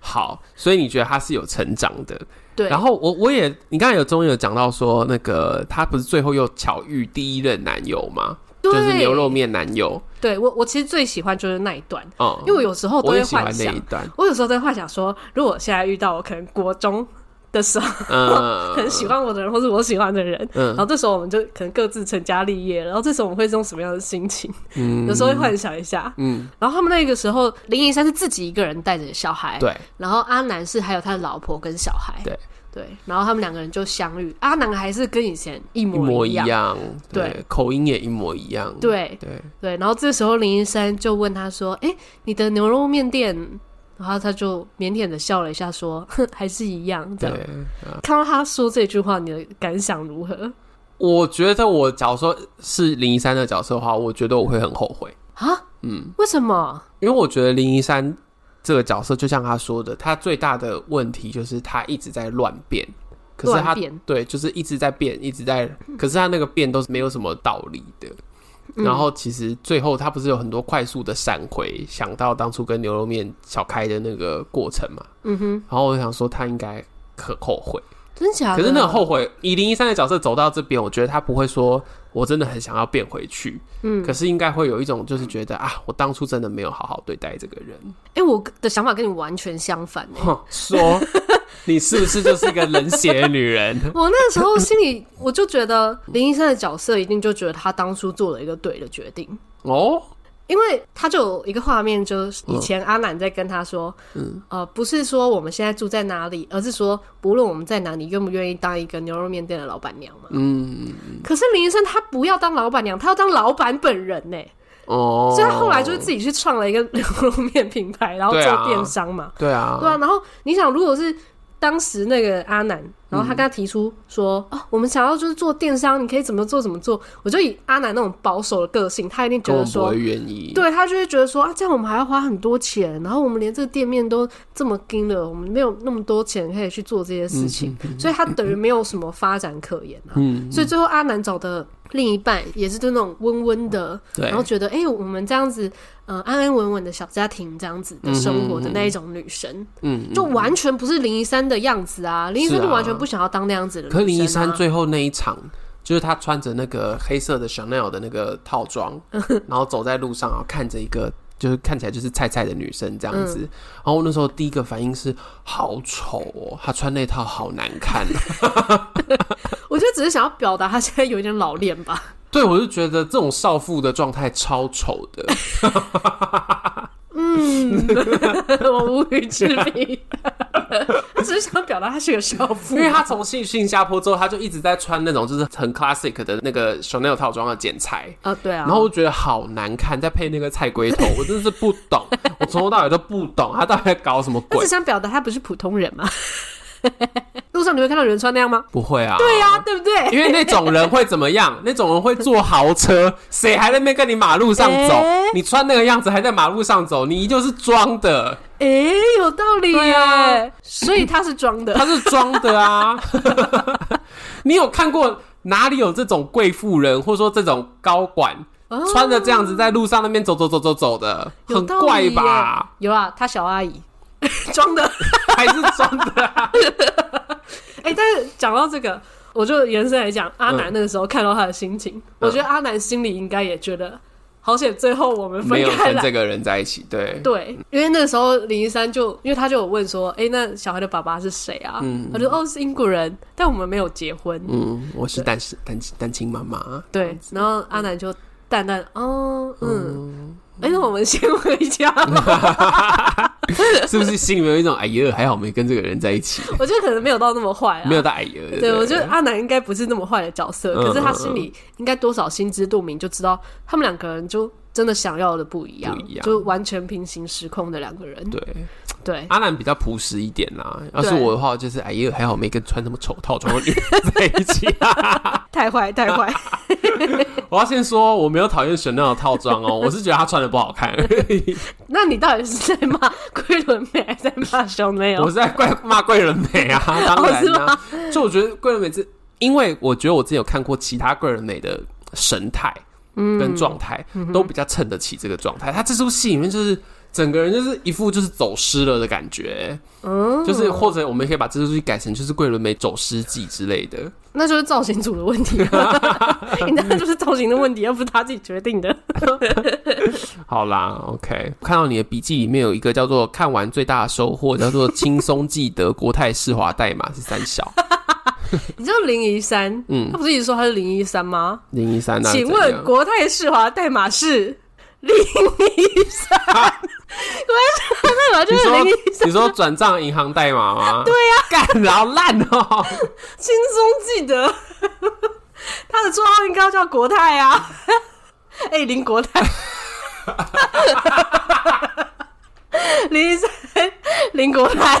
S1: 好，所以你觉得他是有成长的。
S2: 对，
S1: 然后我我也，你刚才有中间有讲到说，那个他不是最后又巧遇第一任男友吗？
S2: 对
S1: 就是牛肉。面男友。
S2: 对我我其实最喜欢就是那一段，
S1: 哦、
S2: 因为我有时候都
S1: 我
S2: 会
S1: 也喜欢
S2: 幻
S1: 那
S2: 想
S1: 一， 段。
S2: 我有时候都会幻想说，如果我现在遇到我可能国中的时候
S1: 嗯，
S2: 很喜欢我的人，或是我喜欢的人，然后
S1: 嗯
S2: 这时候我们就可能各自成家立业，然后这时候我们会是用什么样的心情？
S1: 嗯
S2: 有时候会幻想一下。
S1: 嗯，
S2: 然后他们那个时候，林一山是自己一个人带着小孩，
S1: 对，
S2: 然后阿南是还有他的老婆跟小孩，
S1: 对
S2: 对，然后他们两个人就相遇，阿南还是跟以前一
S1: 一
S2: 模
S1: 模一
S2: 样。
S1: 样，
S2: 对
S1: 对，口音也一模一样，
S2: 对
S1: 对，
S2: 对，然后这时候林一山就问他说：“哎，你的牛肉面店？”然后他就腼腆的笑了一下，说：“还是一样。”这样
S1: 对。啊
S2: 看到他说这句话，你的感想如何
S1: 我觉得我假如说是林一山的角色的话，我觉得我会很后悔，
S2: 啊？嗯，为什么？
S1: 因为我觉得林一山这个角色，就像他说的，他最大的问题就是他一直在乱变，可是
S2: 乱
S1: 他
S2: 变
S1: 对，就是一直在变，一直在，可是他那个变都是没有什么道理的。
S2: 嗯
S1: 然后其实最后他不是有很多快速的闪回，想到当初跟牛肉面小开的那个过程嘛，
S2: 嗯哼，
S1: 然后我想说他应该很后悔。
S2: 真假的？
S1: 可是那个后悔，以零一三的角色走到这边，我觉得他不会说我真的很想要变回去，
S2: 嗯
S1: 可是应该会有一种就是觉得啊，我当初真的没有好好对待这个人。
S2: 哎、我的想法跟你完全相反、欸。
S1: 哼，说 你是不是就是个冷血的女 人？
S2: 我那时候心里我就觉得林医生的角色一定就觉得他当初做了一个对的决定，
S1: 哦，
S2: 因为他就有一个画面，就是以前阿南在跟他说，嗯，呃，不是说我们现在住在哪里，而是说不论我们在哪里，愿不愿意当一个牛肉面店的老板娘嘛。
S1: 嗯，
S2: 可是林医生他不要当老板娘，他要当老板本人呢、
S1: 哦，
S2: 所以他后来就是自己去创了一个牛肉面品牌，然后
S1: 对啊
S2: 做电商嘛。
S1: 对啊，
S2: 对啊，然后你想，如果是当时那个阿南，
S1: 嗯
S2: 然后他跟他提出说，哦，我们想要就是做电商，你可以怎么做怎么做，我就以阿南那种保守的个性，他一定觉
S1: 跟我
S2: 得
S1: 不
S2: 说
S1: 会。愿意。
S2: 对他就会觉得说啊，这样我们还要花很多钱，然后我们连这个店面都这么盯了，我们没有那么多钱可以去做这些事情，所以他等于没有什么发展可言啊。
S1: 嗯，
S2: 所以最后阿南找的另一半也是就那种温温的，
S1: 对，
S2: 然后觉得哎、诶我们这样子，呃，安安稳稳的小家庭这样子的生活的那一种女生，
S1: 嗯，
S2: 就完全不是林一山的样子啊！林一山就完全不想要当那样子的女生、啊。
S1: 可林一山最后那一场，就是他 穿着那个黑色的 Chanel 的那个套装，然后走在路上，然后看着一个就是看起来就是菜菜的女生这样子。
S2: 嗯
S1: 然后我那时候第一个反应是好丑哦，她穿那套好难看、哦。
S2: 我觉得只是想要表达他现在有一点老练吧。
S1: 对，我就觉得这种少妇的状态超丑 的。
S2: 我无语之 笔，他只是想表达他是个少妇
S1: 因。为他从新新加坡之后，他就一直在穿那种就是很 classic 的那个 Chanel 套装的剪裁，
S2: 啊，对啊，
S1: 哦然后我觉得好难看，再配那个菜龟头，我真的是不懂，我从头到尾都不懂他到底在搞什么
S2: 他
S1: 鬼
S2: 只。想表达他不是普通人嘛。 路上你会看到有人穿那样吗？
S1: 不会啊，
S2: 对呀、对不对？
S1: 因为那种人会怎么样？ 那种人会坐豪车，谁还在那边跟你马路上走？
S2: 欸
S1: 你穿那个样子还在马路上走，你就是装的，
S2: 诶，有道理
S1: 对啊
S2: 耶，所以他是装的。
S1: 他是装的 啊！你有看过哪里有这种贵妇人，或者说这种高管、
S2: 哦
S1: 穿着这样子在路上那边走走走走走的，
S2: 有
S1: 很
S2: 道理
S1: 怪
S2: 耶
S1: 吧？？
S2: 有啊，她小 阿姨装的。
S1: 还是装的、啊？
S2: 哎、但是讲到这个，我就延伸来讲，
S1: 嗯
S2: 阿南那个时候看到他的心情，我觉得阿南心里应该也觉得，好险最后我们
S1: 没
S2: 分
S1: 有
S2: 开
S1: 跟
S2: 来。
S1: 这个人在一起，对。
S2: 对，因为那个时候林一山就，因为他就有问说，哎、那小孩的爸爸是谁啊？他就哦是英国人，但我们没有结婚。
S1: 嗯，我是单身单单亲妈妈，
S2: 对，然后阿南就淡淡哦嗯，哎、那我们先回 家吧。
S1: 是不是心里面有一种哎呀，还好没跟这个人在一起，
S2: 我觉得可能没有到那么坏啊。
S1: 没有到哎呀。对不
S2: 对，
S1: 对
S2: 我觉得阿南应该不是那么坏的角色，
S1: 嗯
S2: 可是他心里应该多少心知肚明，就知道他们两个人就真的想要的不一样，
S1: 不一样
S2: 就完全平行时空的两个人。
S1: 对。
S2: 对，
S1: 阿南比较朴实一点啦。要是
S2: 对
S1: 我的话，就是哎呀，还好没跟穿什么丑套装的女人 在一起、啊。
S2: 太坏 太坏，
S1: 我要先说，我没有讨厌选那种套装哦，我是觉得她穿的不好看，
S2: 那你到底是在骂 桂纶镁，还是在骂熊妹
S1: 我
S2: 哦？
S1: 是在怪骂桂纶镁啊，当然啦、就我觉得桂纶镁是，因为我觉得我之前有看过其他桂纶镁的神态跟状态，都比较衬得起这个状态。她这出戏里面就是。整个人就是一副就是走失了的感觉，
S2: 嗯，
S1: 就是或者我们可以把这出戏改成就是桂纶镁走失记之类的，
S2: 那就是造型组的问题啊， 你那就是造型的问题，又不是他自己决定的。
S1: 好啦，OK，看到你的笔记里面有一个叫做“看完最大的收获”，叫做“轻松记得国泰世华代码是三小
S2: 你知道林一山，
S1: 嗯
S2: 他不是一直说他是林一山吗？
S1: 零一三啊”，
S2: 请
S1: 怎
S2: 问
S1: 样
S2: 国泰世华代码是零一 三，国泰世华代码就
S1: 你
S2: 是
S1: 说
S2: 零一啊
S1: 你说转账银行代码吗？对呀、干，然后烂 哦、
S2: 轻松记得， 他的绰号应该要叫国泰啊， 哎、林国泰， 林一山，林国泰。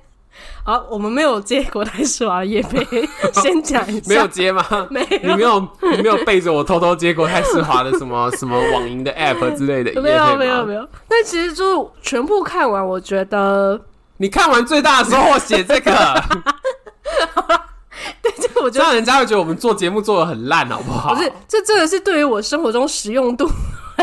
S2: 好，我们没有接国泰世华的叶 飞，先讲一下，
S1: 没有接吗？
S2: 没
S1: 你没有你没有背着我偷偷接国泰世华的什 么什么网银的 App 之类的，E
S2: 没有没有没
S1: 有。
S2: 有，但其实就是全部看完，我觉得，
S1: 你看完最大的收获写这个，
S2: 对，这 我
S1: 这
S2: 觉得
S1: 样人家会觉得我们做节目做的很烂，好不好？
S2: 不是，这真的是对于我生活中实用度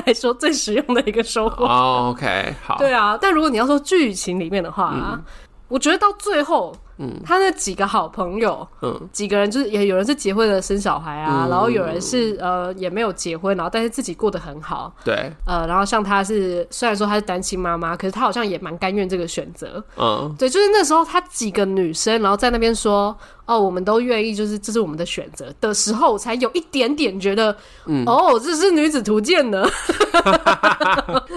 S2: 来说最实用的一个收获。
S1: 哦、o k 好，嗯
S2: 对啊，但如果你要说剧情里面的话、啊，我觉得到最后，嗯，他那几个好朋友，
S1: 嗯
S2: 几个人就是也有人是结婚了生小孩啊，
S1: 嗯
S2: 然后有人是呃也没有结婚，然后但是自己过得很好。
S1: 对，
S2: 呃，然后像他是虽然说他是单亲妈妈，可是他好像也蛮甘愿这个选择。
S1: 嗯
S2: 对，就是那时候他几个女生，然后在那边说，哦，我们都愿意，就是这是我们的选择的时候，我才有一点点觉得，
S1: 嗯
S2: 哦，这是女子图鉴呢。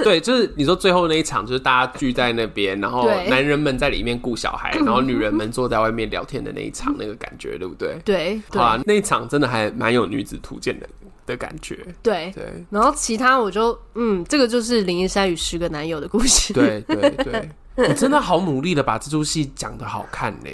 S1: 对，就是你说最后那一场，就是大家聚在那边，然后
S2: 对
S1: 男人们在里面顾小 孩，然后女人们坐在外面聊天的那一场，那个感觉，对不对？
S2: 对
S1: 好
S2: 对
S1: 啊，那一场真的还蛮有女子图鉴的的感觉，
S2: 对，
S1: 对，
S2: 然后其他我就，嗯，这个就是林一山与十个男友的故事。
S1: 对，对，对。我真的好努力的把这出戏讲的好看 呢、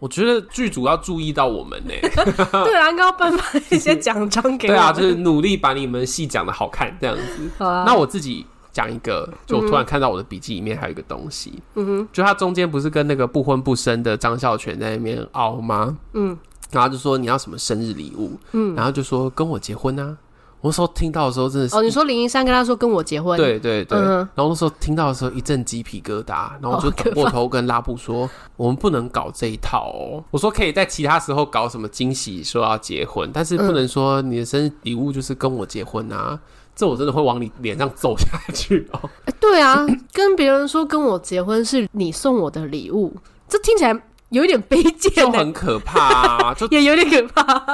S1: 我觉得剧组要注意到我们 呢、
S2: 对啊，应该要颁发一些奖章
S1: 对
S2: 给我们。
S1: 啊，就是努力把你们戏讲的好看这样子。
S2: 好啊
S1: 那我自己讲一个，就我
S2: 嗯
S1: 突然看到我的笔记里面还有一个东西，嗯哼，就他中间不是跟那个不婚不生的张孝全在那边凹吗？嗯，然后就说你要什么生日礼物，嗯，然后就说跟我结婚啊。我那时候听到的时候真的是
S2: 哦，你说林一山跟他说跟我结婚，，
S1: 对对对，
S2: 嗯哼
S1: 然后那时候听到的时候一阵鸡皮疙瘩，然后我就
S2: 好可
S1: 转过头跟拉布说：“我们不能搞这一套哦。”我说：“可以在其他时候搞什么惊喜，说要结婚，但是
S2: 嗯
S1: 不能说你的生日礼物就是跟我结婚啊。”这我真的会往你脸上揍下去哦！
S2: 对啊，跟别人说跟我结婚是你送我的礼物，这听起来有一点卑
S1: 就
S2: 贱的、
S1: 很可怕啊！就
S2: 也有点可 怕。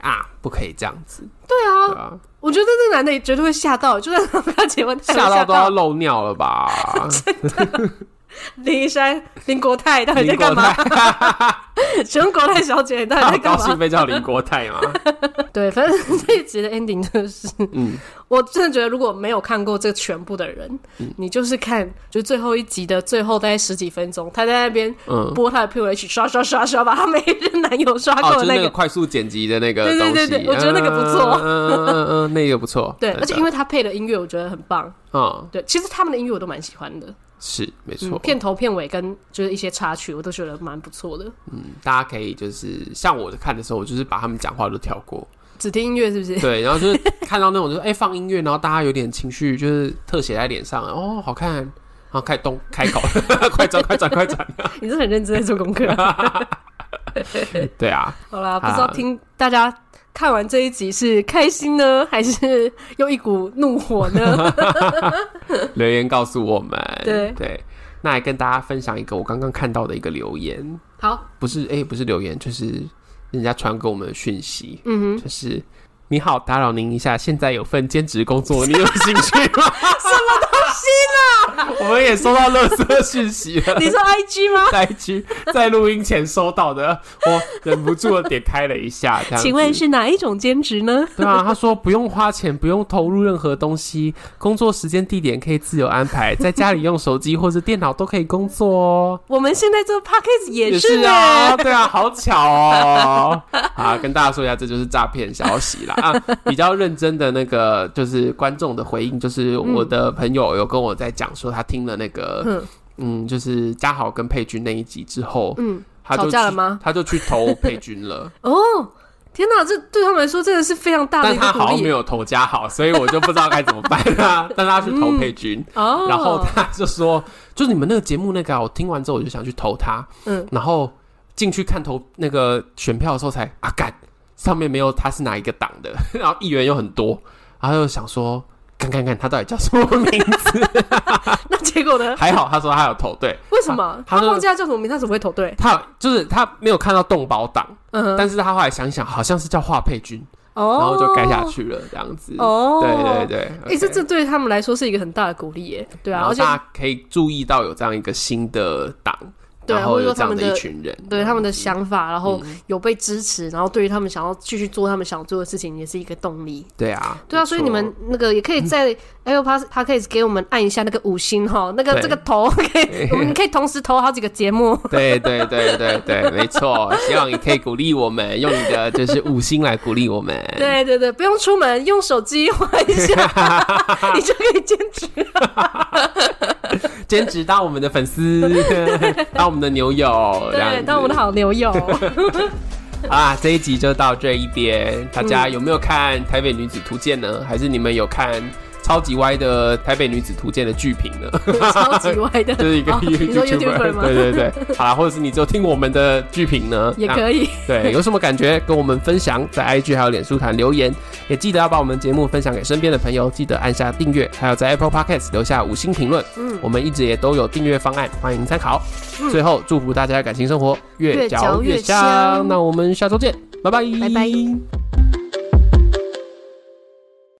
S1: 啊，不可以这样子，
S2: 对啊，
S1: 对啊，
S2: 我觉得那男的也绝对会吓到，就算他跟他结婚，他也
S1: 吓
S2: 会
S1: 到
S2: 吓
S1: 都要漏尿了吧？
S2: 林一山、林国泰到底在
S1: 林国
S2: 干嘛？
S1: 泰，
S2: 请问国泰小姐你到底
S1: 他
S2: 在
S1: 有
S2: 干
S1: 高
S2: 嘛
S1: 兴？被叫林国泰吗？
S2: 对，反正这一集的 ending 就是，
S1: 嗯
S2: 我真的觉得如果没有看过这全部的人，
S1: 嗯
S2: 你就是看就最后一集的最后大概十几分钟，他在那边
S1: 嗯，
S2: 播他的 PVH，刷刷刷刷，把他每任男友刷
S1: 哦，
S2: 过
S1: 就
S2: 的
S1: 是
S2: 那
S1: 那
S2: 个。
S1: 个快速剪辑的那个
S2: 对
S1: 东西，
S2: 对对对我觉得那个不错
S1: 嗯嗯嗯嗯，那个不错，
S2: 对，
S1: 真的
S2: 而且因为他配的音乐，我觉得很棒。
S1: 嗯
S2: 对，其实他们的音乐我都蛮喜欢的，
S1: 是没错
S2: 嗯，，片头、片尾跟就是一些插曲，我都觉得蛮不错的。
S1: 嗯大家可以就是像我看的时候，我就是把他们讲话都跳过，
S2: 只听音乐是不 是？
S1: 对，然后就是看到那种就是哎、放音乐，然后大家有点情绪就是特写在脸上，哦好看，然后开始动开口，快转快转快转，
S2: 你是很认真在做功课 啊、
S1: 对啊，
S2: 好啦，不知
S1: 好
S2: 道听大家看完这一集是开心呢，还是 又一股怒火呢？
S1: 留言告诉我们，
S2: 对
S1: 对，那来跟大家分享一个我刚刚看到的一个留言，
S2: 好，
S1: 不是哎、不是留言，就是人家传给我们的讯息，
S2: 嗯
S1: 就是。你好，打扰您一下，现在有份兼职工作，你有兴趣吗？ 我们也收到垃圾讯息了
S2: 哼，。你说 IG 吗？
S1: 在去在录音前收到的，我忍不住的点开了一下，这样子。
S2: 请问是哪一种兼职呢？
S1: 对啊，他说不用花钱，不用投入任何东西，工作时间地点可以自由安排，在家里用手机或者电脑都可以工作哦。
S2: 我们现在做 podcast 也是呢。
S1: 啊，对啊，好巧哦。 啊，跟大家说一下，这就是诈骗消息啦。啊，比较认真的那个就是观众的回应，就是我的朋友有跟我在讲说，他听了那个
S2: 嗯
S1: 嗯，就是嘉豪跟佩君那一集之后，
S2: 嗯，
S1: 他就
S2: 吵架了
S1: 去
S2: 吗
S1: 他就去投佩君了，
S2: 哦，天哪，这对他们来说真的是非常 大的
S1: 但
S2: 一
S1: 他
S2: 个鼓
S1: 好像没
S2: 励
S1: 有投嘉豪，所以我就不知道该怎么办啊。 但他去投佩君，
S2: 哦。
S1: 然后他就说，就是你们那个节目那个、啊，我听完之后我就想去投他，
S2: 嗯，
S1: 然后进去看投那个选票的时候才啊干，上面没有他是哪一个党的， 然后议员又很多，然后又想说。看看看他到底叫什么名字？
S2: 那结果呢？
S1: 还好他说他有投对，
S2: 为什么
S1: 他
S2: 他
S1: 就
S2: 忘记他叫什么名？他怎么会投对？
S1: 他有就是他没有看到动保党，
S2: 嗯，
S1: 但是他后来想一想好像是叫华佩君，
S2: 哦，
S1: 然后就盖下。去了，这样子。
S2: 哦，
S1: 对对对，
S2: 哎、这
S1: OK
S2: 这对他们来说是一个很大的鼓励耶。对
S1: 然
S2: 啊，
S1: 后
S2: 而且
S1: 大家可以注意到有这样一个新的党，
S2: 对啊
S1: 然后
S2: 或者
S1: 有
S2: 说
S1: 这样
S2: 他们
S1: 一
S2: 的
S1: 群人，
S2: 对他们的想法，然后
S1: 嗯
S2: 有被支持，然后对于他们想要继续做他们想做的事情，也是一个动力。
S1: 对啊，
S2: 对啊，
S1: 没错嗯
S2: 所以你们那个也可以在 Apple Pod- Podcast 给我们按一下那个五星哈，那个
S1: 对
S2: 这个投可 以，我们可以同时投好几个节目。
S1: 对对对对对， 没错，希望你可以鼓励我们，用你的就是五星来鼓励我们。
S2: 对对对，不用出门，用手机划一下， 你就可以兼职。
S1: 兼职当我们的粉丝， 当我们的牛友，这样
S2: 对
S1: 子，
S2: 当我们的好牛 友。
S1: 啊，这一集就到这一
S2: 嗯
S1: 边。大家有没有看《台北女子图鉴》呢？还是你们有看超级歪的《台北女子图鉴》的剧评呢？
S2: 超级歪的，
S1: 就是一个
S2: 哦你说 YouTuber 吗？
S1: 对对对，好啦，或者是你就听我们的剧评呢，
S2: 也
S1: 以。
S2: 可以。
S1: 对，有什么感觉跟我们分享，在 IG 还有脸书团留言，也记得要把我们节目分享给身边的朋友，记得按下订阅，还有在 Apple Podcast 留下五星评论。嗯，我们一直也都有订阅方案，欢迎参考。最后祝福大家感情生活越
S2: 越
S1: 嚼
S2: 嚼
S1: 越
S2: 越
S1: 香，
S2: 香
S1: 那我们下周见，拜拜，
S2: 拜拜。